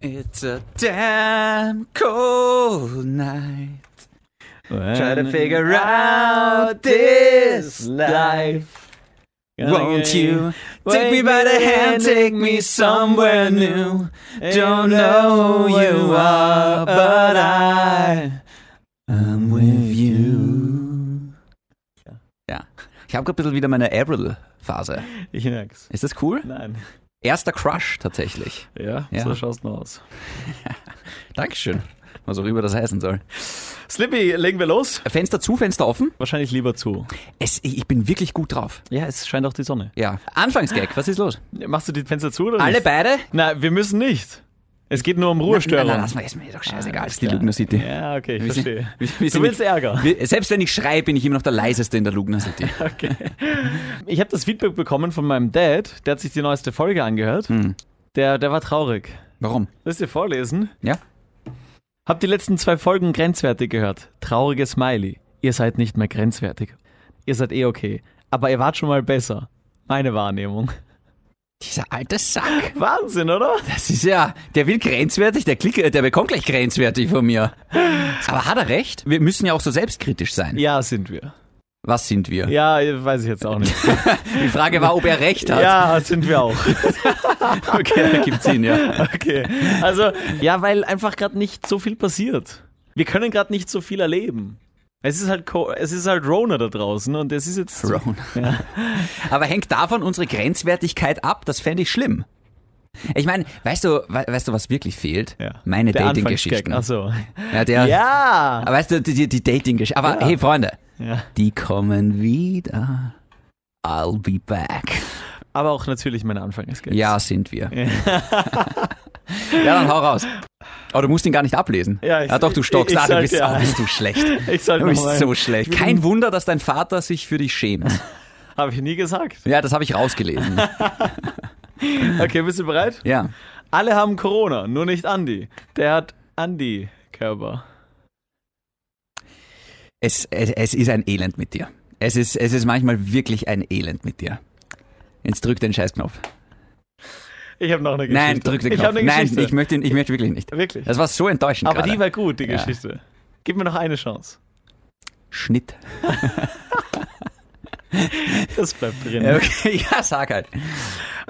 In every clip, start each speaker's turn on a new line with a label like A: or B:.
A: It's a damn cold night. Try to figure out this life. Won't you take me by the hand, take me somewhere new? Don't know who you are, but I am with you. Ja, ich habe gerade ein bisschen wieder meine Avril-Phase.
B: Ich merk's.
A: Ist das cool?
B: Nein.
A: Erster Crush tatsächlich.
B: Ja,
A: Ja.
B: so schaust du aus.
A: Dankeschön. Was auch immer das heißen soll.
B: Slippy, legen wir los?
A: Fenster zu, Fenster offen.
B: Wahrscheinlich lieber zu.
A: Es, ich bin wirklich gut drauf.
B: Ja, es scheint auch die Sonne.
A: Ja. Anfangsgag, was ist los?
B: Machst du die Fenster zu oder
A: Alle
B: nicht?
A: beide?
B: Nein, wir müssen nicht. Es geht nur um Ruhestörung.
A: Nein, nein, lass mal, ist mir eh doch scheißegal. Ah, ist die
B: Ja.
A: Lugner City.
B: Ja, okay, ich
A: Wir sind-
B: verstehe.
A: wir- wir sind
B: du willst
A: nicht-
B: Ärger.
A: Wir- Selbst wenn ich schreie, bin ich immer noch der leiseste in der Lugner City.
B: Ich habe das Feedback bekommen von meinem Dad, der hat sich die neueste Folge angehört. Der, der war traurig.
A: Hm. Warum?
B: Soll ich dir vorlesen?
A: Ja?
B: Hab die letzten zwei Folgen grenzwertig gehört. Trauriges Smiley. Ihr seid nicht mehr grenzwertig. Ihr seid eh okay. Aber ihr wart schon mal besser. Meine Wahrnehmung.
A: Dieser alte Sack.
B: Wahnsinn, oder?
A: Das ist ja, der will grenzwertig, der, Klick, äh, der bekommt gleich grenzwertig von mir. Aber hat er recht? Wir müssen ja auch so selbstkritisch sein.
B: Ja, sind wir.
A: Was sind wir?
B: Ja, weiß ich jetzt auch nicht.
A: Die Frage war, ob er recht hat.
B: Ja, sind wir auch.
A: Okay, da gibt's ihn, ja.
B: Okay. Also, ja, weil einfach gerade nicht so viel passiert. Wir können gerade nicht so viel erleben. Es ist halt Co es ist halt Rona da draußen und es ist jetzt
A: Corona. Aber hängt davon unsere Grenzwertigkeit ab? Das fände ich schlimm. Ich meine, weißt du, we weißt du, was wirklich fehlt?
B: Ja.
A: Meine
B: der
A: Dating-Geschichten.
B: Anfangsgag. Ach so.
A: Ja, der,
B: Ja.
A: Aber weißt du, die, die- die Dating-Geschichten. Aber
B: Ja.
A: hey, Freunde,
B: ja.
A: die kommen wieder. I'll be back.
B: Aber auch natürlich meine Anfangsgag.
A: Ja, sind wir. ja, dann hau raus. Aber du musst ihn gar nicht ablesen.
B: Ja, ich-
A: ah, doch, du stockst.
B: ich- ich
A: ah, du
B: sag
A: bist,
B: ja.
A: ah, bist du schlecht.
B: Ich soll
A: Du
B: noch
A: bist
B: mal.
A: so schlecht. Kein Wunder, dass dein Vater sich für dich schämt.
B: Habe ich nie gesagt.
A: Ja, das habe ich rausgelesen.
B: Okay, bist du bereit?
A: Ja.
B: Alle haben Corona, nur nicht Andi. Der hat Andi Körper.
A: Es, es, es ist ein Elend mit dir. Es ist, es ist manchmal wirklich ein Elend mit dir. Jetzt drück den Scheißknopf.
B: Ich habe noch eine Geschichte.
A: Nein, drück den
B: Ich
A: Knopf.
B: habe eine
A: Nein,
B: Geschichte.
A: ich möchte, ihn- ich möchte wirklich nicht.
B: Wirklich.
A: Das war so enttäuschend.
B: Aber
A: gerade.
B: die war gut, die
A: Ja.
B: Geschichte. Gib mir noch eine Chance.
A: Schnitt.
B: Das bleibt drin.
A: Ja, okay. ja, sag halt.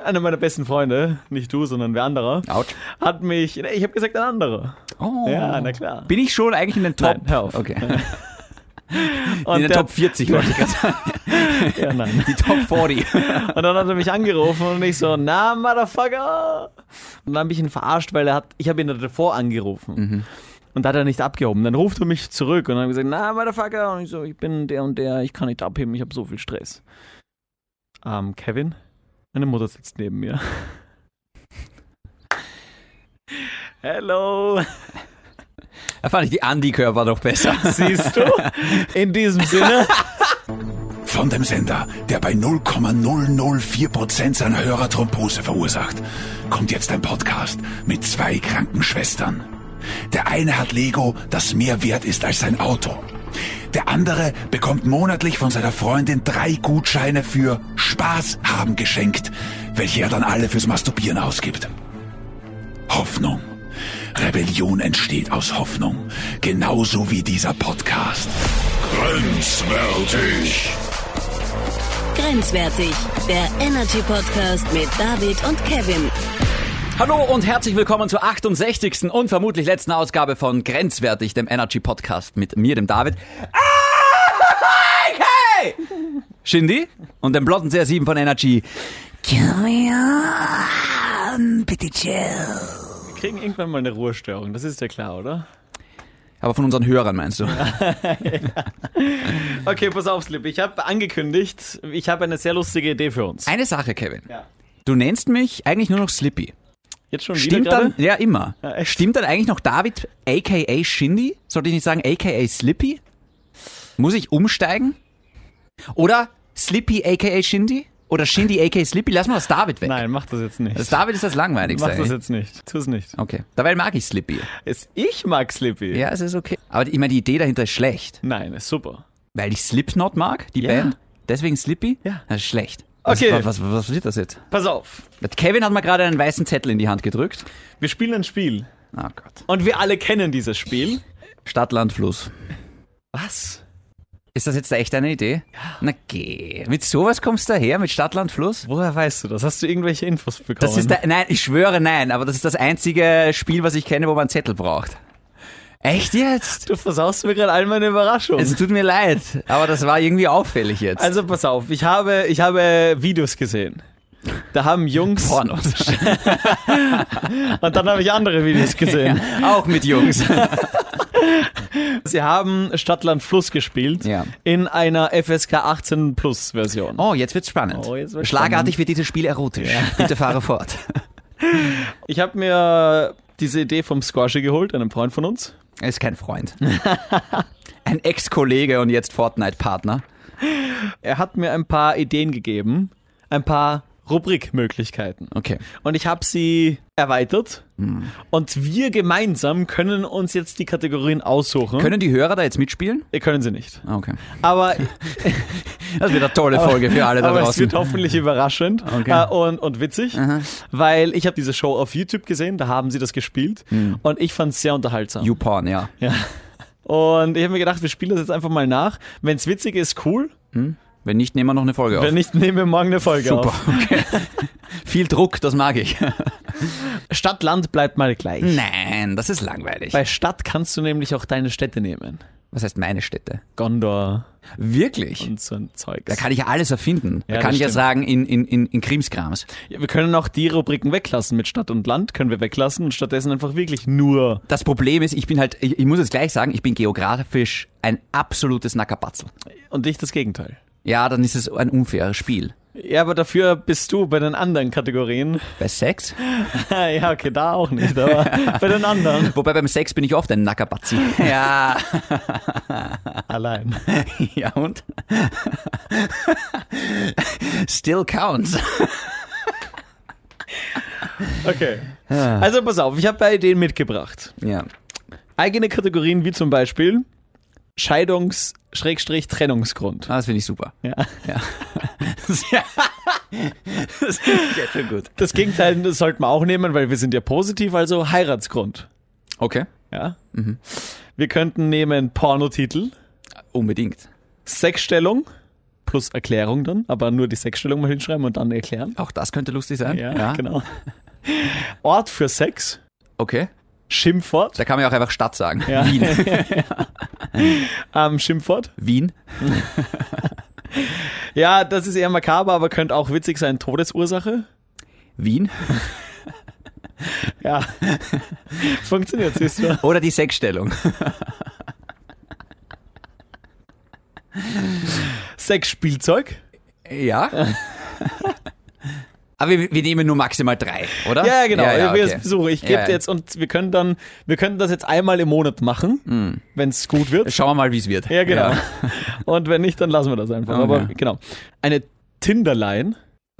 B: Einer meiner besten Freunde, nicht du, sondern wer anderer,
A: Autsch.
B: hat mich. Ich habe gesagt, ein anderer.
A: Oh.
B: Ja, na klar.
A: Bin ich schon eigentlich in den Top?
B: Nein, hör auf.
A: Okay.
B: Und
A: in den
B: der-
A: Top 40 wollte ich gerade sagen.
B: Ja, nein.
A: Die Top 40.
B: Und dann hat er mich angerufen und ich so, na, Motherfucker. Und dann habe ich ihn verarscht, weil er hat, ich habe ihn davor angerufen. Und da hat er nicht abgehoben. Dann ruft er mich zurück und dann habe ich gesagt, na, Motherfucker. Und ich so, ich bin der und der, ich kann nicht abheben, ich habe so viel Stress. Ähm, Kevin, meine Mutter sitzt neben mir. Hello.
A: Da fand ich die Andi-Körper doch besser.
B: Siehst du? In diesem Sinne.
C: Von dem Sender, der bei 0,004% seiner Hörer Thrombose verursacht, kommt jetzt ein Podcast mit zwei Krankenschwestern. Der eine hat Lego, das mehr wert ist als sein Auto. Der andere bekommt monatlich von seiner Freundin drei Gutscheine für Spaß haben geschenkt, welche er dann alle fürs Masturbieren ausgibt. Hoffnung. Rebellion entsteht aus Hoffnung, genauso wie dieser Podcast. Grenzwertig.
D: Grenzwertig, der Energy Podcast mit David und Kevin.
A: Hallo und herzlich willkommen zur 68. und vermutlich letzten Ausgabe von Grenzwertig, dem Energy Podcast mit mir, dem David. Ah, hey! Shindy und dem blonden CR7 von Energy. Kilian, bitte chill.
B: Wir kriegen irgendwann mal eine Ruhestörung, das ist ja klar, oder?
A: Aber von unseren Hörern meinst du?
B: Okay, pass auf, Slip. Ich habe angekündigt, ich habe eine sehr lustige Idee für uns.
A: Eine Sache, Kevin.
B: Ja.
A: Du nennst mich eigentlich nur noch Slippy.
B: Jetzt schon
A: Stimmt
B: wieder gerade?
A: dann, ja immer.
B: Ja, echt?
A: Stimmt dann eigentlich noch David, aka Shindy? Sollte ich nicht sagen, aka Slippy? Muss ich umsteigen? Oder Slippy, aka Shindy? Oder Shindy, aka Slippy? Lass mal das David weg.
B: Nein, mach das jetzt nicht.
A: Das David ist das Langweiligste.
B: mach das
A: eigentlich.
B: jetzt nicht. Tu es nicht.
A: Okay. Dabei mag ich Slippy.
B: Ist ich mag Slippy.
A: Ja, es ist okay. Aber ich meine, die Idee dahinter ist schlecht.
B: Nein, ist super.
A: Weil ich Slipknot mag, die
B: Ja.
A: Band. Deswegen Slippy?
B: Ja.
A: Das ist schlecht.
B: Okay.
A: Was, was, was, was passiert das jetzt?
B: Pass auf.
A: Kevin hat mir gerade einen weißen Zettel in die Hand gedrückt.
B: Wir spielen ein Spiel.
A: Ah Gott.
B: Und wir alle kennen dieses Spiel.
A: Stadt, Land, Fluss.
B: Was?
A: Ist das jetzt echt eine Idee? Ja. Na geh. Mit sowas kommst du daher, mit Stadt, Land, Fluss?
B: Woher weißt du das? Hast du irgendwelche Infos bekommen?
A: Das ist der, nein, ich schwöre nein, aber das ist das einzige Spiel, was ich kenne, wo man einen Zettel braucht. Echt jetzt?
B: du versaust mir gerade all meine Überraschung.
A: Es tut mir leid, aber das war irgendwie auffällig jetzt.
B: Also pass auf, ich habe, ich habe Videos gesehen. Da haben Jungs.
A: Pornos.
B: Und dann habe ich andere Videos gesehen.
A: Auch mit Jungs.
B: Sie haben Stadtland Fluss gespielt
A: Ja.
B: in einer FSK 18 Plus Version.
A: Oh, jetzt wird's spannend.
B: Oh, jetzt wird's
A: Schlagartig wird dieses Spiel erotisch. Bitte fahre fort.
B: Ich habe mir diese Idee vom Squashy geholt, einem Freund von uns.
A: Er ist kein Freund. Ein Ex-Kollege und jetzt Fortnite-Partner.
B: Er hat mir ein paar Ideen gegeben, ein paar Rubrikmöglichkeiten.
A: Okay.
B: Und ich habe sie erweitert.
A: Hm.
B: Und wir gemeinsam können uns jetzt die Kategorien aussuchen.
A: Können die Hörer da jetzt mitspielen?
B: Ihr können sie nicht.
A: Ah, Okay.
B: Aber
A: Das wird eine tolle Folge für alle da
B: Aber es
A: draußen.
B: wird hoffentlich überraschend
A: Okay.
B: äh, und, und witzig, weil ich habe diese Show auf YouTube gesehen, da haben sie das gespielt
A: Hm.
B: und ich fand es sehr unterhaltsam.
A: YouPorn, ja.
B: ja. Und ich habe mir gedacht, wir spielen das jetzt einfach mal nach. Wenn es witzig ist, cool.
A: Wenn nicht, nehmen wir noch eine Folge
B: Wenn
A: auf.
B: nicht, nehmen wir morgen eine Folge
A: Super.
B: auf.
A: Okay. Viel Druck, das mag ich.
B: Stadt, Land bleibt mal gleich.
A: Nein, das ist langweilig.
B: Bei Stadt kannst du nämlich auch deine Städte nehmen.
A: Was heißt meine Städte?
B: Gondor
A: Wirklich?
B: und so ein Zeugs.
A: Da kann ich ja alles erfinden. Da
B: Ja,
A: kann
B: das
A: ich ja
B: stimmt.
A: sagen, in, in, in, in Krimskrams.
B: Ja, wir können auch die Rubriken weglassen. Mit Stadt und Land können wir weglassen und stattdessen einfach wirklich nur.
A: Das Problem ist, ich bin halt, ich, ich muss jetzt gleich sagen, ich bin geografisch ein absolutes Nackerpatzel.
B: Und ich das Gegenteil.
A: Ja, dann ist es ein unfaires Spiel.
B: Ja, aber dafür bist du bei den anderen Kategorien.
A: Bei Sex?
B: Ja, okay, da auch nicht, aber bei den anderen.
A: Wobei beim Sex bin ich oft ein Nackerpatzi. Ja,
B: Allein.
A: ja und? Still counts.
B: Okay. Also pass auf, ich habe bei Ideen mitgebracht.
A: Ah, Ja.
B: Eigene Kategorien wie zum Beispiel Scheidungs-Trennungsgrund.
A: Ah, das finde ich super.
B: Ja.
A: Ja. das finde ich jetzt schon gut.
B: Das Gegenteil das sollte man auch nehmen, weil wir sind ja positiv, also Heiratsgrund.
A: Okay.
B: Ja.
A: Mhm.
B: Wir könnten nehmen Pornotitel,
A: Unbedingt.
B: Sexstellung plus Erklärung dann, aber nur die Sexstellung mal hinschreiben und dann erklären.
A: Auch das könnte lustig sein.
B: genau. Ort für Sex,
A: Okay.
B: Schimpfwort.
A: Da kann man ja auch einfach Stadt sagen.
B: Ja.
A: Wien.
B: Ähm, Schimpfwort.
A: Wien.
B: Ja, das ist eher makaber, aber könnte auch witzig sein. Todesursache.
A: Wien.
B: Ja. Funktioniert, siehst du.
A: Oder die Sexstellung.
B: Sexspielzeug?
A: Ja. Aber wir, wir nehmen nur maximal drei, oder?
B: Ja, genau.
A: Ah. Ja, ja,
B: Wir
A: okay.
B: versuchen. Ich gebe
A: Ja, ja.
B: jetzt und wir können dann, wir können das jetzt einmal im Monat machen,
A: Mhm.
B: wenn's wenn es gut wird.
A: Schauen wir mal, wie es wird.
B: Ja, genau. Und wenn nicht, dann lassen wir das einfach.
A: Okay.
B: Aber genau. Eine Tinderline.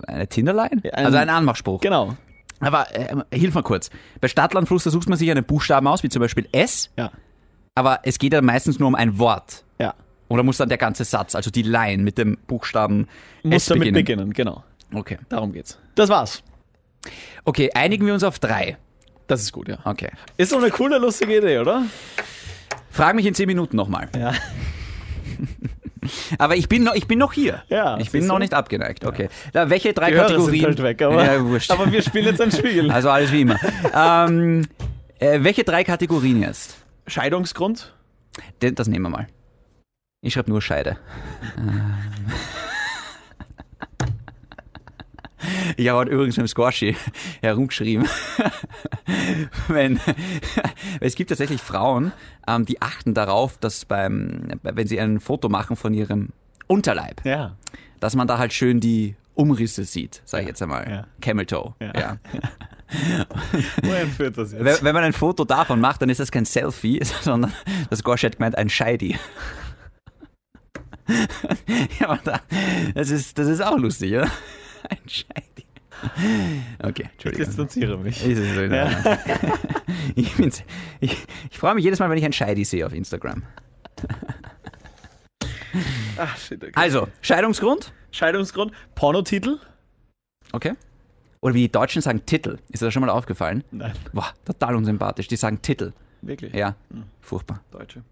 A: Eine Tinderline?
B: Ja, ein-
A: also ein Anmachspruch.
B: Genau.
A: Aber ähm, hilf mal kurz. Bei Stadtlandfluss, da sucht man sich einen Buchstaben aus, wie zum Beispiel S,
B: Ja.
A: aber es geht ja meistens nur um ein Wort.
B: Ja.
A: Oder muss dann der ganze Satz, also die Line mit dem Buchstaben
B: Muss
A: S
B: damit
A: beginnen?
B: beginnen. genau.
A: Okay.
B: Darum geht's. Das war's.
A: Okay, einigen wir uns auf drei.
B: Das ist gut, ja.
A: Okay.
B: Ah. Ist so eine coole, lustige Idee, oder?
A: Frag mich in zehn Minuten nochmal.
B: Ja.
A: Aber ich bin noch, ich bin noch hier.
B: Ja,
A: Ich bin
B: siehst
A: noch
B: du?
A: nicht abgeneigt. Okay. Na, welche drei
B: Die Hörer
A: Kategorien?
B: Sind halt weg, aber,
A: ja, wurscht.
B: aber wir spielen jetzt ein Spiel.
A: also alles wie immer. ähm, äh, welche drei Kategorien jetzt?
B: Scheidungsgrund?
A: Den- Das nehmen wir mal. Ich schreibe nur Scheide. Ähm. Ich habe heute übrigens mit dem Squashy herumgeschrieben. wenn, es gibt tatsächlich Frauen, ähm, die achten darauf, dass beim, wenn sie ein Foto machen von ihrem Unterleib,
B: Ja.
A: dass man da halt schön die Umrisse sieht, sage ich jetzt einmal.
B: ja.
A: Camel Toe.
B: Ja.
A: Ja.
B: Wohin führt das jetzt?
A: Wenn, wenn man ein Foto davon macht, dann ist das kein Selfie, sondern das Gorsch hat gemeint ein Scheidi. ja, aber da, das, ist, das ist auch lustig, oder? Ein Scheidi. Okay,
B: Ich
A: Entschuldigung.
B: distanziere mich.
A: Ist es so, ja. ich, bin's- ich, ich freue mich jedes Mal, wenn ich ein Scheidi sehe auf Instagram.
B: Ach, Ah, shit, okay.
A: Also, Scheidungsgrund,
B: Scheidungsgrund, Pornotitel?
A: Okay. Oder wie die Deutschen sagen Titel. Ist dir das schon mal aufgefallen?
B: Nein,
A: Boah, total unsympathisch. Die sagen Titel.
B: wirklich.
A: Ja, furchtbar.
B: Deutsche.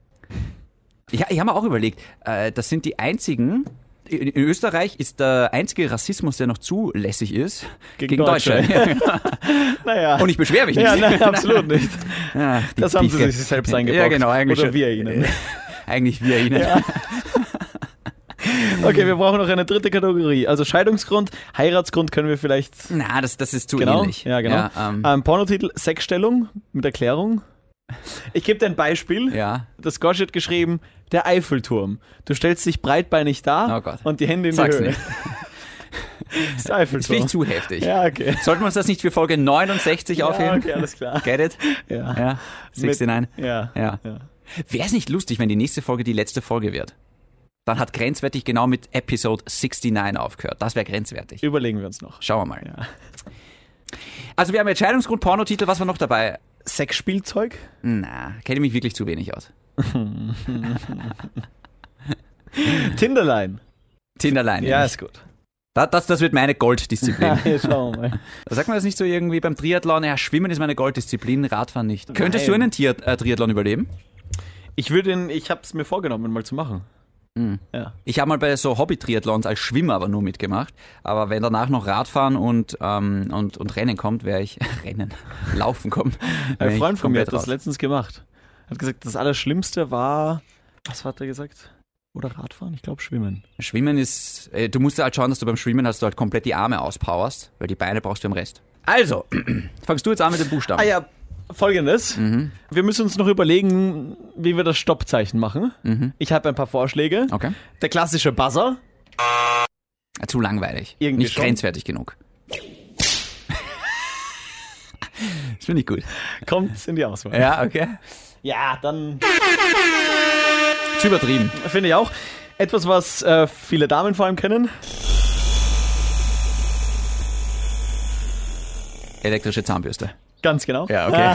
A: Ja, ich habe mir auch überlegt, äh, das sind die einzigen. In in Österreich ist der einzige Rassismus, der noch zulässig ist,
B: Gegen
A: gegen, Deutsche.
B: Naja.
A: Und ich beschwere mich nicht.
B: ja, nein, absolut nicht.
A: Ah, die
B: Das haben sie
A: Pieske.
B: sich selbst eingebaut.
A: Ja, genau, eigentlich.
B: Oder
A: schon.
B: wir ihnen.
A: Eigentlich wir ihnen.
B: Okay, wir brauchen noch eine dritte Kategorie. Also Scheidungsgrund, Heiratsgrund können wir vielleicht.
A: Na, das, das ist zu
B: Genau.
A: ähnlich.
B: Ja, genau.
A: Ja, ähm,
B: Ähm, Pornotitel, Sexstellung mit Erklärung. Ich gebe dir ein Beispiel.
A: ja.
B: Das Gosch hat geschrieben, der Eiffelturm. Du stellst dich breitbeinig da
A: Oh Gott.
B: und die Hände in
A: Sag's
B: die Höhe.
A: nicht.
B: Das
A: Das finde
B: Eiffelturm.
A: ich zu heftig.
B: ja, okay.
A: Sollten wir uns das nicht für Folge 69
B: Ja,
A: aufheben?
B: okay, alles klar.
A: Get it?
B: Ja.
A: Ja, 69.
B: Ja.
A: Ja.
B: Ja.
A: Wäre es nicht lustig, wenn die nächste Folge die letzte Folge wird? Dann hat grenzwertig genau mit Episode 69 aufgehört. Das wäre grenzwertig.
B: Überlegen wir uns noch.
A: Schauen wir mal.
B: Ja.
A: Also wir haben Entscheidungsgrund, Pornotitel, was war noch dabei?
B: Sexspielzeug?
A: Na, kenne ich mich wirklich zu wenig aus.
B: Tinderline.
A: Tinderline.
B: Ja,
A: nämlich.
B: ist gut.
A: Das, das, das wird meine Golddisziplin.
B: Ja, schauen wir mal.
A: Sagt man das nicht so irgendwie beim Triathlon? Ja, Schwimmen ist meine Golddisziplin, Radfahren nicht. Könntest du einen Tier, äh, Triathlon überleben?
B: Ich würde ihn, ich habe es mir vorgenommen, mal zu machen.
A: Mhm.
B: Ja.
A: Ich habe mal bei so Hobby-Triathlons als Schwimmer aber nur mitgemacht. Aber wenn danach noch Radfahren und, ähm, und, und Rennen kommt, wäre ich. Rennen. Laufen kommt. wär
B: Ein
A: ich
B: Freund von mir
A: komplett
B: hat das
A: raus.
B: letztens gemacht. Hat gesagt, das Allerschlimmste war. Was hat er gesagt? Oder Radfahren? Ich glaube Schwimmen.
A: Schwimmen ist. Äh, du musst halt schauen, dass du beim Schwimmen hast du halt komplett die Arme auspowerst, weil die Beine brauchst du im Rest. Also, fangst du jetzt an mit dem Buchstaben.
B: Ah ja, folgendes. Mhm. Wir müssen uns noch überlegen, wie wir das Stoppzeichen machen. Ich habe ein paar Vorschläge.
A: Mhm. Okay. Äh,
B: Der klassische Buzzer.
A: Zu langweilig.
B: Irgendwie
A: Nicht
B: schon.
A: grenzwertig genug. das finde ich gut.
B: Kommt in die Auswahl.
A: Ja, okay.
B: Ja, dann
A: Zu übertrieben.
B: finde ich auch. Etwas, was äh, viele Damen vor allem kennen.
A: Elektrische Zahnbürste.
B: Ganz genau. Ah.
A: Ja, okay.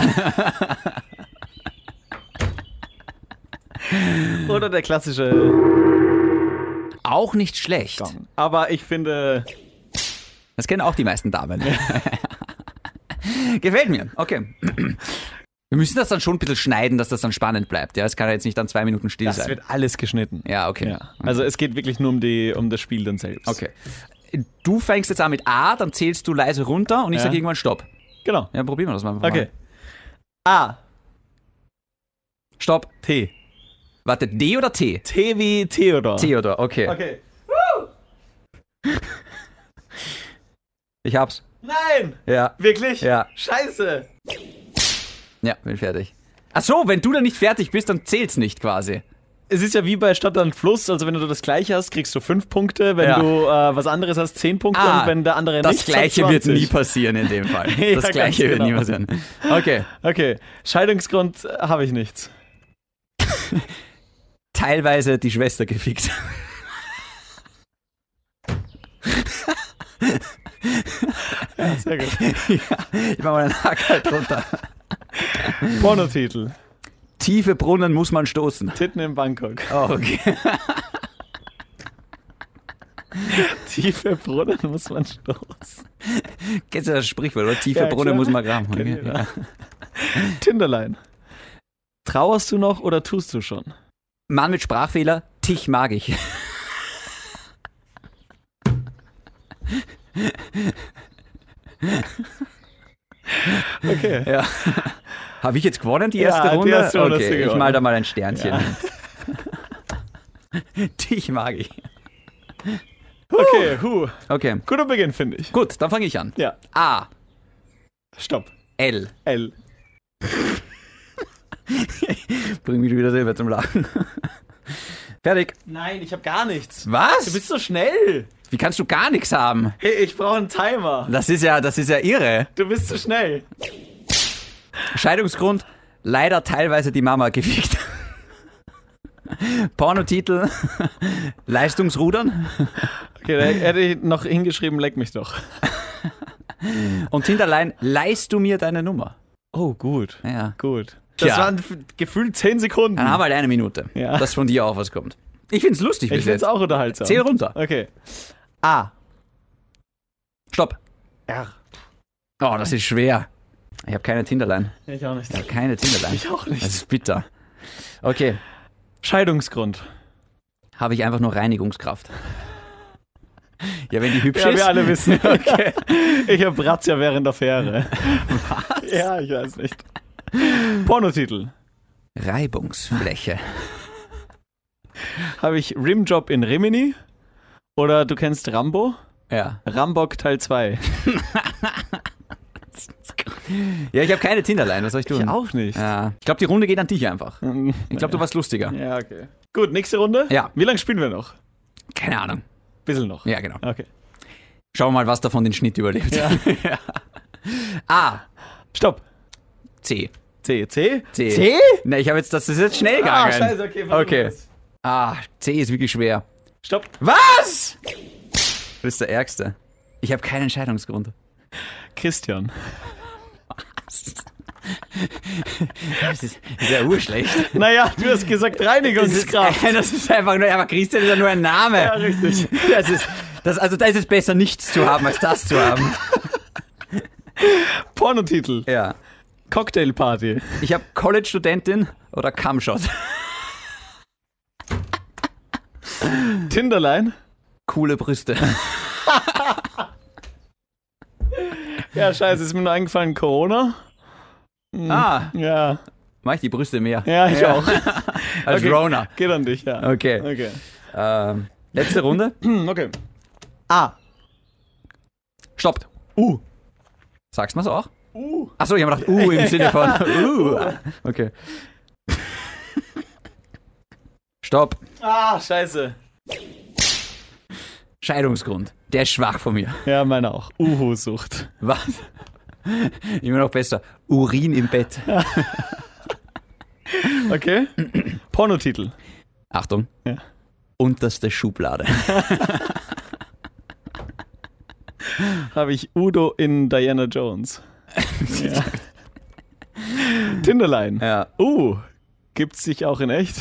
B: Oder der klassische
A: Auch nicht schlecht.
B: Gong. Aber ich finde,
A: Das kennen auch die meisten Damen. Gefällt mir. Okay. Wir müssen das dann schon ein bisschen schneiden, dass das dann spannend bleibt. Ja, es kann ja jetzt nicht dann zwei Minuten still
B: das
A: sein.
B: wird alles geschnitten.
A: ja, okay. Mhm.
B: Ja. Also es geht wirklich nur um, die, um das Spiel dann selbst.
A: Okay. Du fängst jetzt an mit A, dann zählst du leise runter und ich
B: Ja.
A: sage irgendwann Stopp.
B: Genau.
A: Ja, probieren wir das mal. einfach
B: Okay. Ah,
A: Mal.
B: A.
A: Stopp.
B: T.
A: Warte, D oder T?
B: T wie Theodor.
A: Theodor, okay.
B: Ah. Okay.
A: Ich hab's.
B: Nein!
A: Ja.
B: Wirklich?
A: Ja.
B: Scheiße!
A: Ja, bin fertig. Ach so, wenn du dann nicht fertig bist, dann zählt's nicht quasi.
B: Es ist ja wie bei Stadt an Fluss, also wenn du das gleiche hast, kriegst du fünf Punkte, wenn
A: Ja.
B: du äh, was anderes hast, zehn Punkte
A: Ah,
B: und wenn der andere
A: Das
B: nichts hat,
A: gleiche wird
B: 20.
A: nie passieren in dem Fall.
B: Ja,
A: Das
B: ganz
A: gleiche wird
B: genau.
A: nie passieren. Okay.
B: Okay, Scheidungsgrund äh, habe ich nichts.
A: Teilweise die Schwester gefickt.
B: Sehr gut.
A: Ich mach mal einen Hack halt runter.
B: Pornotitel.
A: Tiefe Brunnen muss man stoßen.
B: Titten in Bangkok.
A: Oh, okay.
B: Tiefe Brunnen muss man stoßen.
A: Kennst du das Sprichwort, oder? Tiefe
B: Ja,
A: Brunnen
B: klar.
A: muss man graben.
B: Kenn
A: Okay.
B: ich, ja. Tinderline. Trauerst du noch oder tust du schon?
A: Mann mit Sprachfehler, dich mag ich.
B: Okay.
A: Ja. Habe ich jetzt gewonnen, die
B: Ja,
A: erste
B: die
A: Runde?
B: erste Runde hast du
A: okay, ich
B: gewonnen.
A: mal da mal ein Sternchen. Dich mag ich.
B: Okay, huh.
A: Okay.
B: Guter Beginn, finde ich.
A: Gut, dann fange ich an.
B: Ja,
A: A,
B: stopp.
A: L.
B: L.
A: Bring mich wieder selber zum Lachen. Fertig.
B: Nein, ich habe gar nichts. Du
A: Was?
B: bist so schnell.
A: Wie kannst du gar nichts haben?
B: Hey, ich brauche einen Timer.
A: Das ist ja, das ist ja irre.
B: Du bist zu schnell.
A: Scheidungsgrund, leider teilweise die Mama gefickt. Pornotitel, Leistungsrudern
B: Okay, da hätte ich noch hingeschrieben, leck mich doch.
A: und hinterlein, leist du mir deine Nummer.
B: Oh, gut.
A: Ja.
B: Gut. Das
A: Tja.
B: waren f- gefühlt 10 Sekunden.
A: Dann haben wir halt eine Minute,
B: Ja.
A: dass von dir auch was kommt. Ich find's lustig
B: ich
A: bis
B: finde es
A: jetzt.
B: auch unterhaltsam.
A: Zähl runter.
B: Okay. A.
A: Stopp.
B: R.
A: Oh, das ist schwer. Ich habe keine Tinderlein.
B: Ich auch nicht.
A: Ich habe keine Tinderlein. Ich
B: auch nicht.
A: Das ist bitter. Okay,
B: Scheidungsgrund.
A: habe ich einfach nur Reinigungskraft. Ja, wenn die hübsch
B: Ja,
A: ist.
B: wir alle wissen. Okay. Ich hab Razzia während der Fähre. Was? Ja, ich weiß nicht. Pornotitel.
A: Reibungsfläche.
B: Habe ich Rimjob in Rimini? Oder du kennst Rambo?
A: Ja.
B: Rambock Teil 2.
A: Ja, ich habe keine Tinderlein. Was soll ich tun?
B: auch nicht.
A: Ja. Ich glaube, die Runde geht an dich einfach. Ich glaube, du warst lustiger.
B: Ja, okay. Gut, nächste Runde.
A: Ja.
B: Wie lange spielen wir noch?
A: Keine Ahnung.
B: Bisschen noch.
A: Ja, genau.
B: Okay.
A: Schauen wir mal, was davon den Schnitt überlebt. Ja. A.
B: Stopp.
A: C.
B: C, C?
A: C. Ne, ich habe jetzt, das ist jetzt schnell gegangen.
B: Ah, scheiße, okay. versuchen
A: Okay.
B: wir's.
A: Ah, C ist wirklich schwer.
B: Stopp.
A: Was? Du bist der Ärgste. Ich habe keinen Entscheidungsgrund.
B: Christian.
A: Das ist sehr urschlecht.
B: Naja, du hast gesagt Reinigungskraft.
A: das ist einfach nur, aber Christian ist ja nur ein Name.
B: Ja, richtig.
A: Das ist, das, also da ist es besser, nichts zu haben, als das zu haben.
B: Pornotitel.
A: Ja.
B: Cocktailparty.
A: Ich habe College-Studentin oder Cumshot.
B: Tinderline.
A: Coole Brüste.
B: Ja, scheiße, ist mir nur eingefallen, Corona. Mhm.
A: Ah,
B: Ja,
A: mach ich die Brüste mehr
B: ja, ich auch.
A: als
B: Okay.
A: Rona.
B: Geht an dich, ja.
A: Okay.
B: Okay.
A: Ähm, letzte Runde.
B: Hm, okay. A.
A: Stoppt. Uh.
B: U.
A: Sagst du auch?
B: U.
A: Achso, ich habe gedacht, uh, im Sinne von, uh. Okay. Stopp.
B: Ah, scheiße.
A: Scheidungsgrund. Der ist schwach von mir.
B: Ja, meine auch. Uhu-Sucht.
A: Was? Immer noch besser. Urin im Bett.
B: Okay. Pornotitel.
A: Achtung.
B: Ja.
A: Unterste Schublade.
B: Habe ich Udo in Diana Jones. ja. Tinderline.
A: Ja.
B: U. Gibt's dich auch in echt?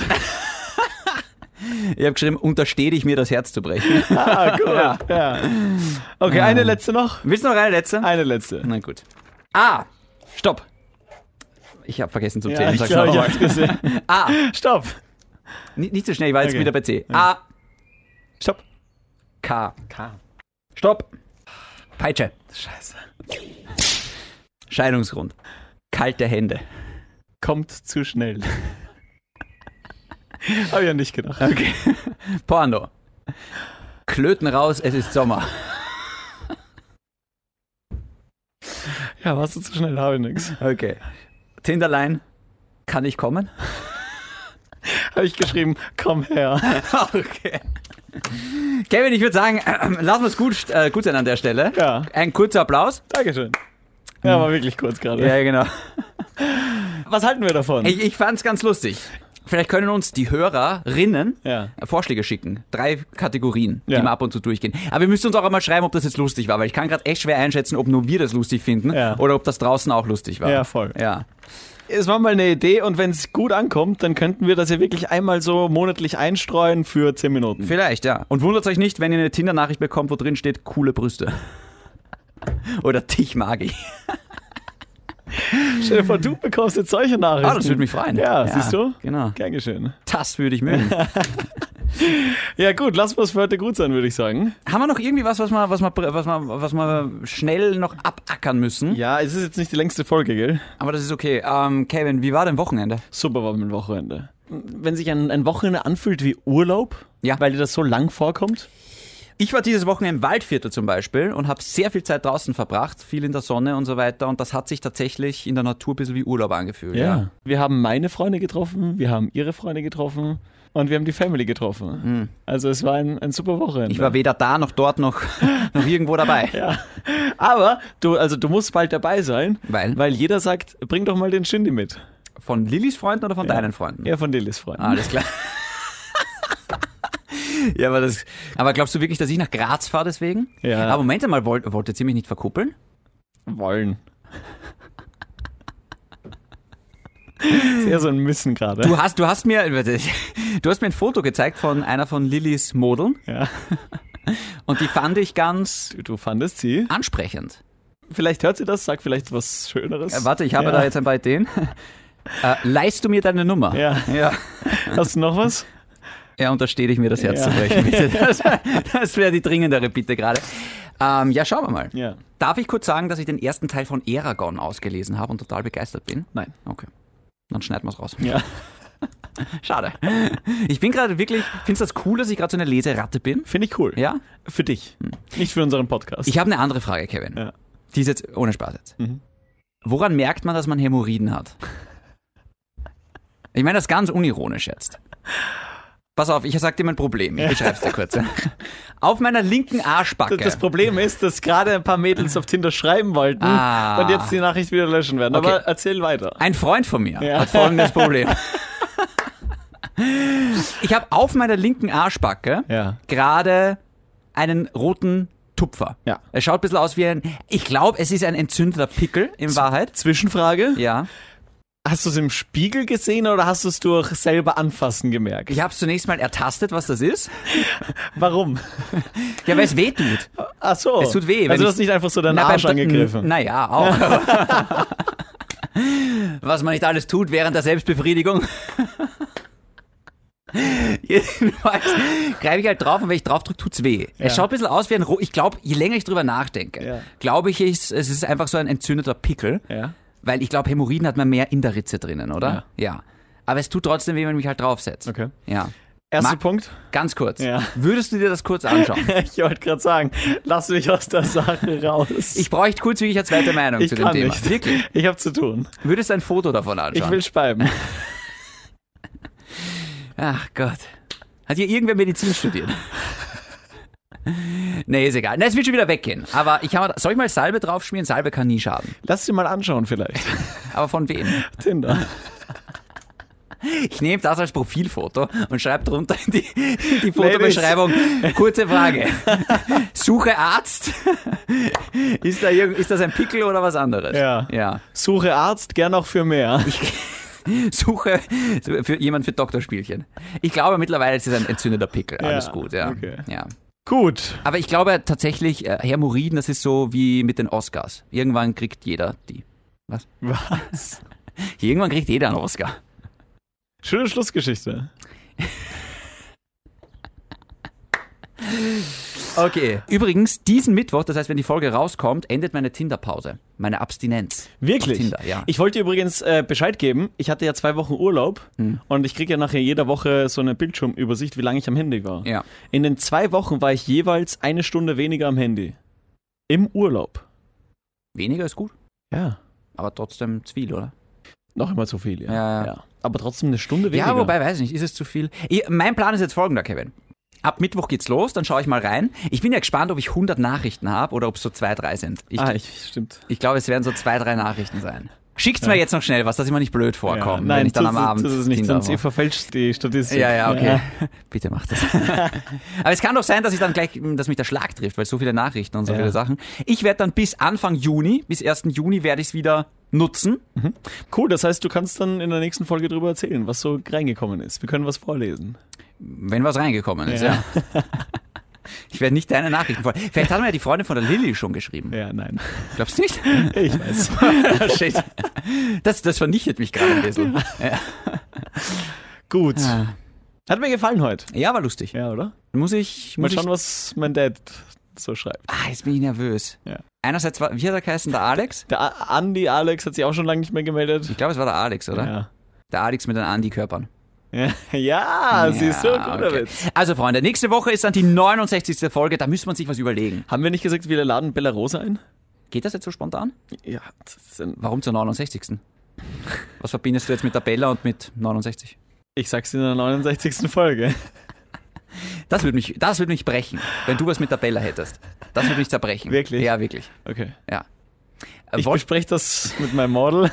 A: Ich habe geschrieben, untersteh dich mir das Herz zu brechen.
B: Ah, cool. Ja. Okay, eine letzte noch.
A: Willst du noch eine letzte?
B: Eine letzte.
A: Na gut. Ah, stopp. Ich habe vergessen zu
B: Ja,
A: zählen.
B: ich
A: Sag's
B: glaube, ich
A: nochmal.
B: hab's gesehen.
A: A.
B: Stopp.
A: Nicht, nicht so schnell, ich war jetzt
B: Okay.
A: wieder bei C. A.
B: Stopp.
A: K.
B: K.
A: Stopp. Peitsche.
B: Scheiße.
A: Scheidungsgrund. Kalte Hände.
B: kommt zu schnell. Habe ich ja nicht gedacht.
A: Okay. Porno. Klöten raus, es ist Sommer.
B: Ja, warst du zu schnell, habe ich nichts.
A: Okay. Tinderline. Kann ich kommen?
B: Habe ich geschrieben, komm her.
A: Okay. Kevin, ich würde sagen, äh, lassen wir es gut, äh, gut sein an der Stelle.
B: Ja.
A: Ein kurzer Applaus.
B: Dankeschön. Hm. Ja, war wirklich kurz gerade.
A: genau.
B: Was halten wir davon?
A: Ich, ich fand es ganz lustig. Vielleicht können uns die Hörerinnen
B: Ja.
A: Vorschläge schicken. Drei Kategorien,
B: Ja.
A: die wir ab und zu durchgehen. Aber ihr müsst uns auch einmal schreiben, ob das jetzt lustig war, weil ich kann gerade echt schwer einschätzen, ob nur wir das lustig finden
B: Ja.
A: oder ob das draußen auch lustig war.
B: Ja, voll.
A: Ja.
B: Es war mal eine Idee und wenn es gut ankommt, dann könnten wir das ja wirklich einmal so monatlich einstreuen für 10 Minuten.
A: Vielleicht, ja. Und wundert euch nicht, wenn ihr eine Tinder-Nachricht bekommt, wo drin steht, coole Brüste. Oder dich mag ich.
B: Stell dir vor, du bekommst jetzt solche Nachrichten.
A: Ah, das würde mich freuen.
B: Ja, siehst du?
A: Genau.
B: Gern geschehen.
A: Das würde ich mögen.
B: Ja, gut, lass uns für heute gut sein, würde ich sagen.
A: Haben wir noch irgendwie was, was wir, was, wir, was, wir, was wir schnell noch abackern müssen?
B: Ja, es ist jetzt nicht die längste Folge, gell?
A: Aber das ist okay. Ähm, Kevin, wie war dein Wochenende?
B: Super war mein Wochenende. Wenn sich ein, ein Wochenende anfühlt wie Urlaub,
A: Ja.
B: weil dir das so lang vorkommt.
A: Ich war dieses Wochenende im Waldviertel zum Beispiel und habe sehr viel Zeit draußen verbracht, viel in der Sonne und so weiter. Und das hat sich tatsächlich in der Natur ein bisschen wie Urlaub angefühlt.
B: Wir haben meine Freunde getroffen, wir haben ihre Freunde getroffen und wir haben die Family getroffen. Also es war ein, ein super Wochenende.
A: Hm. Ich war weder da noch dort noch, noch irgendwo dabei.
B: Aber du, also du musst bald dabei sein,
A: Weil?
B: weil jeder sagt, bring doch mal den Shindy mit.
A: Von Lillys Freunden oder von deinen Freunden?
B: Ja, von Lillis Freunden.
A: Hm. Alles klar. ja, aber das. Aber glaubst du wirklich, dass ich nach Graz fahre deswegen?
B: Ja.
A: Aber Moment mal, wollt, wolltet ihr mich nicht verkuppeln?
B: Wollen. Sehr so ein Müssen gerade.
A: Du hast, du hast mir, du hast mir ein Foto gezeigt von einer von Lillys Modeln
B: Ja.
A: Und die fand ich ganz
B: Du, du fandest sie.
A: ansprechend.
B: Vielleicht hört sie das, sagt vielleicht was Schöneres.
A: Äh, warte, ich habe
B: ja.
A: da jetzt ein paar Ideen. Äh, leihst du mir deine Nummer?
B: Ja.
A: Ja,
B: Hast du noch was?
A: ja unterstehe ich mir das Herz zu
B: Ja.
A: brechen, bitte. Das, das wäre die dringendere Bitte gerade. Ähm, ja, schauen wir mal.
B: Ja.
A: Darf ich kurz sagen, dass ich den ersten Teil von Eragon ausgelesen habe und total begeistert bin?
B: Nein.
A: Okay. Dann schneiden wir es raus.
B: Ja.
A: Schade. Ich bin gerade wirklich, findest du das cool, dass ich gerade so eine Leseratte bin?
B: Finde ich cool.
A: Ja? Hm.
B: Für dich. Nicht für unseren Podcast.
A: Ich habe eine andere Frage, Kevin.
B: Ja.
A: Die ist jetzt ohne Spaß jetzt.
B: Mhm.
A: Woran merkt man, dass man Hämorrhoiden hat? Ich meine das ganz unironisch jetzt. Pass auf, ich sag dir mein Problem. Ich beschreib's dir kurz. Auf meiner linken Arschbacke.
B: Das Problem ist, dass gerade ein paar Mädels auf Tinder schreiben wollten
A: Ah.
B: und jetzt die Nachricht wieder löschen werden. Aber
A: Okay.
B: erzähl weiter.
A: Ein Freund von mir
B: Ja.
A: hat folgendes Problem. Ich habe auf meiner linken Arschbacke
B: Ja.
A: gerade einen roten Tupfer.
B: Ja.
A: Er schaut ein bisschen aus wie ein, ich glaube, es ist ein entzündeter Pickel in Wahrheit.
B: Zwischenfrage.
A: Ja.
B: Hast du es im Spiegel gesehen oder hast du es durch selber anfassen gemerkt?
A: Ich habe zunächst mal ertastet, was das ist.
B: Warum?
A: Ja, weil es weh tut.
B: Ach so.
A: Es tut weh, wenn
B: Also du
A: ich-
B: hast nicht einfach so deinen
A: beim
B: Arsch
A: dritten-
B: angegriffen.
A: Naja, auch. Was man nicht alles tut während der Selbstbefriedigung. Jedenfalls greife ich halt drauf und wenn ich drauf drücke, tut's weh. Es schaut ein bisschen aus wie ein Ro Ich glaube, je länger ich drüber nachdenke,
B: Ja.
A: glaube ich, es, es ist einfach so ein entzündeter Pickel.
B: Ja.
A: Weil ich glaube, Hämorrhoiden hat man mehr in der Ritze drinnen, oder? Ja. Aber es tut trotzdem weh, wenn man mich halt draufsetzt.
B: Okay.
A: Ja.
B: Erster
A: Mag-
B: Punkt.
A: Ganz kurz.
B: Ja.
A: Würdest du dir das kurz anschauen?
B: Ich wollte gerade sagen, lass mich aus der Sache raus.
A: Ich bräuchte kurz wirklich eine zweite Meinung
B: Ich
A: zu dem
B: kann
A: Thema.
B: nicht.
A: Wirklich?
B: Ich habe zu tun.
A: Würdest du ein Foto davon anschauen?
B: Ich will speiben.
A: Ach Gott. Hat hier irgendwer Medizin studiert? nee, ist egal. Nee, es wird schon wieder weggehen. Aber ich habe, soll ich mal Salbe draufschmieren? Salbe kann nie schaden.
B: Lass sie mal anschauen vielleicht.
A: Aber von wem?
B: Tinder.
A: Ich nehme das als Profilfoto und schreibe drunter in die, in die Fotobeschreibung. Kurze Frage. Suche Arzt? Ist, da, irgend- ist das ein Pickel oder was anderes?
B: Ja.
A: ja.
B: Suche Arzt, gern auch für mehr.
A: Suche für jemand für Doktorspielchen. Ich glaube mittlerweile ist es ein entzündeter Pickel. Alles gut, ja.
B: okay.
A: ja.
B: Gut.
A: Aber ich glaube tatsächlich, äh, Hämorrhoiden, das ist so wie mit den Oscars. Irgendwann kriegt jeder die.
B: Was?
A: Irgendwann kriegt jeder einen Oscar.
B: Schöne Schlussgeschichte.
A: Okay. Übrigens, diesen Mittwoch, das heißt, wenn die Folge rauskommt, endet meine Tinder-Pause. Meine Abstinenz.
B: Wirklich?
A: Auf Tinder, ja.
B: Ich wollte dir übrigens äh, Bescheid geben, ich hatte ja zwei Wochen Urlaub
A: Hm.
B: und ich kriege ja nachher jede Woche so eine Bildschirmübersicht, wie lange ich am Handy war.
A: Ja.
B: In den zwei Wochen war ich jeweils eine Stunde weniger am Handy. Im Urlaub.
A: Weniger ist gut,
B: Ja.
A: aber trotzdem zu viel, oder?
B: Noch immer zu viel, ja.
A: Ja, ja.
B: Aber trotzdem eine Stunde weniger.
A: Ja, wobei, weiß ich nicht, ist es zu viel? Ich, mein Plan ist jetzt folgender, Kevin. Ab Mittwoch geht's los, dann schaue ich mal rein. Ich bin ja gespannt, ob ich 100 Nachrichten habe oder ob es so zwei, drei sind. Ich,
B: Ah, ich, stimmt.
A: ich glaube, es werden so zwei, drei Nachrichten sein. Schickt's mir jetzt noch schnell was, dass ich mir nicht blöd vorkomme,
B: nein,
A: wenn ich dann
B: tu-
A: am
B: tu-
A: Abend
B: tu es nicht,
A: Tinder
B: sonst
A: brauche.
B: ihr verfälscht die Statistik.
A: Ja, ja, okay. Bitte macht das. Aber es kann doch sein, dass ich dann gleich, mh, dass mich der Schlag trifft, weil so viele Nachrichten und so
B: Ja.
A: viele Sachen. Ich werde dann bis Anfang Juni, bis 1. Juni werde ich es wieder nutzen.
B: Cool, das heißt, du kannst dann in der nächsten Folge drüber erzählen, was so reingekommen ist. Wir können was vorlesen.
A: Wenn was reingekommen ist, ja.
B: Ja.
A: Ich werde nicht deine Nachrichten vor. Vielleicht hat mir ja die Freundin von der Lilly schon geschrieben.
B: Ja, nein.
A: Glaubst du nicht?
B: Ich weiß.
A: Shit. Das, das vernichtet mich gerade ein bisschen.
B: Gut. Hat mir gefallen heute.
A: Ja, war lustig.
B: Ja, oder?
A: Muss ich.
B: Mal
A: Muss ich
B: schauen, was mein Dad so schreibt.
A: ah, jetzt bin ich nervös.
B: Ja.
A: Einerseits war, wie hat er geheißen, der Alex?
B: Der A- Andi Alex hat sich auch schon lange nicht mehr gemeldet.
A: Ich glaube, es war der Alex, oder? Der Alex mit den Andi-Körpern.
B: Ja, ja siehst du, guter
A: okay.
B: Witz.
A: Also Freunde, nächste Woche ist dann die 69. Folge, da müssen wir uns sich was überlegen.
B: Haben wir nicht gesagt, wir laden Bella Rosa ein?
A: Geht das jetzt so spontan?
B: Ja, das ist ein,
A: Warum zur 69.? Was verbindest du jetzt mit der Bella und mit 69?
B: ich sag's in der 69. Folge.
A: Das würde mich, das würde mich brechen, wenn du was mit der Bella hättest. Das würde mich zerbrechen.
B: Wirklich?
A: Ja, wirklich.
B: Okay.
A: Ja.
B: Ich
A: Wollten
B: bespreche das mit meinem Model.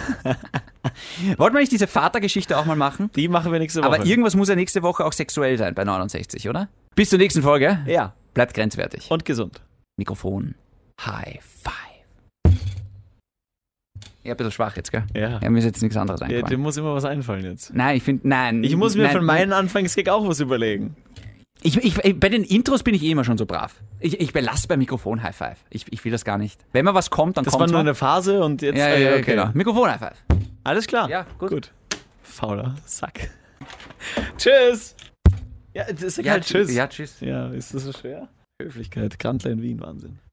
A: wollt wir nicht diese Vatergeschichte auch mal machen?
B: Die machen wir nächste Woche.
A: Aber irgendwas muss ja nächste Woche auch sexuell sein bei 69, oder? Bis zur nächsten Folge.
B: Ja.
A: Bleibt grenzwertig.
B: Und gesund.
A: Mikrofon. High Five. Ja, ein bisschen schwach jetzt, gell?
B: Ja.
A: Ja, mir ist jetzt nichts anderes
B: ja
A: eingefallen.
B: dir muss immer was einfallen jetzt.
A: Nein, ich finde, nein.
B: Ich muss mir
A: nein,
B: von meinem Anfangsgig auch was überlegen.
A: Ich, ich, ich- bei den Intros bin ich eh immer schon so brav. Ich, ich belasse beim Mikrofon High Five. Ich, ich will das gar nicht. Wenn mal was kommt, dann
B: Das
A: kommt
B: war nur
A: mal.
B: eine Phase und jetzt.
A: ja,
B: ah,
A: ja, ja, genau. Mikrofon High Five.
B: Alles klar.
A: Ja, gut.
B: Fauler Sack. Tschüss. Ja, das ist ja, kein Tschüss.
A: Ja, tschüss.
B: Ja, ist das so schwer? Höflichkeit, Grandler in Wien, Wahnsinn.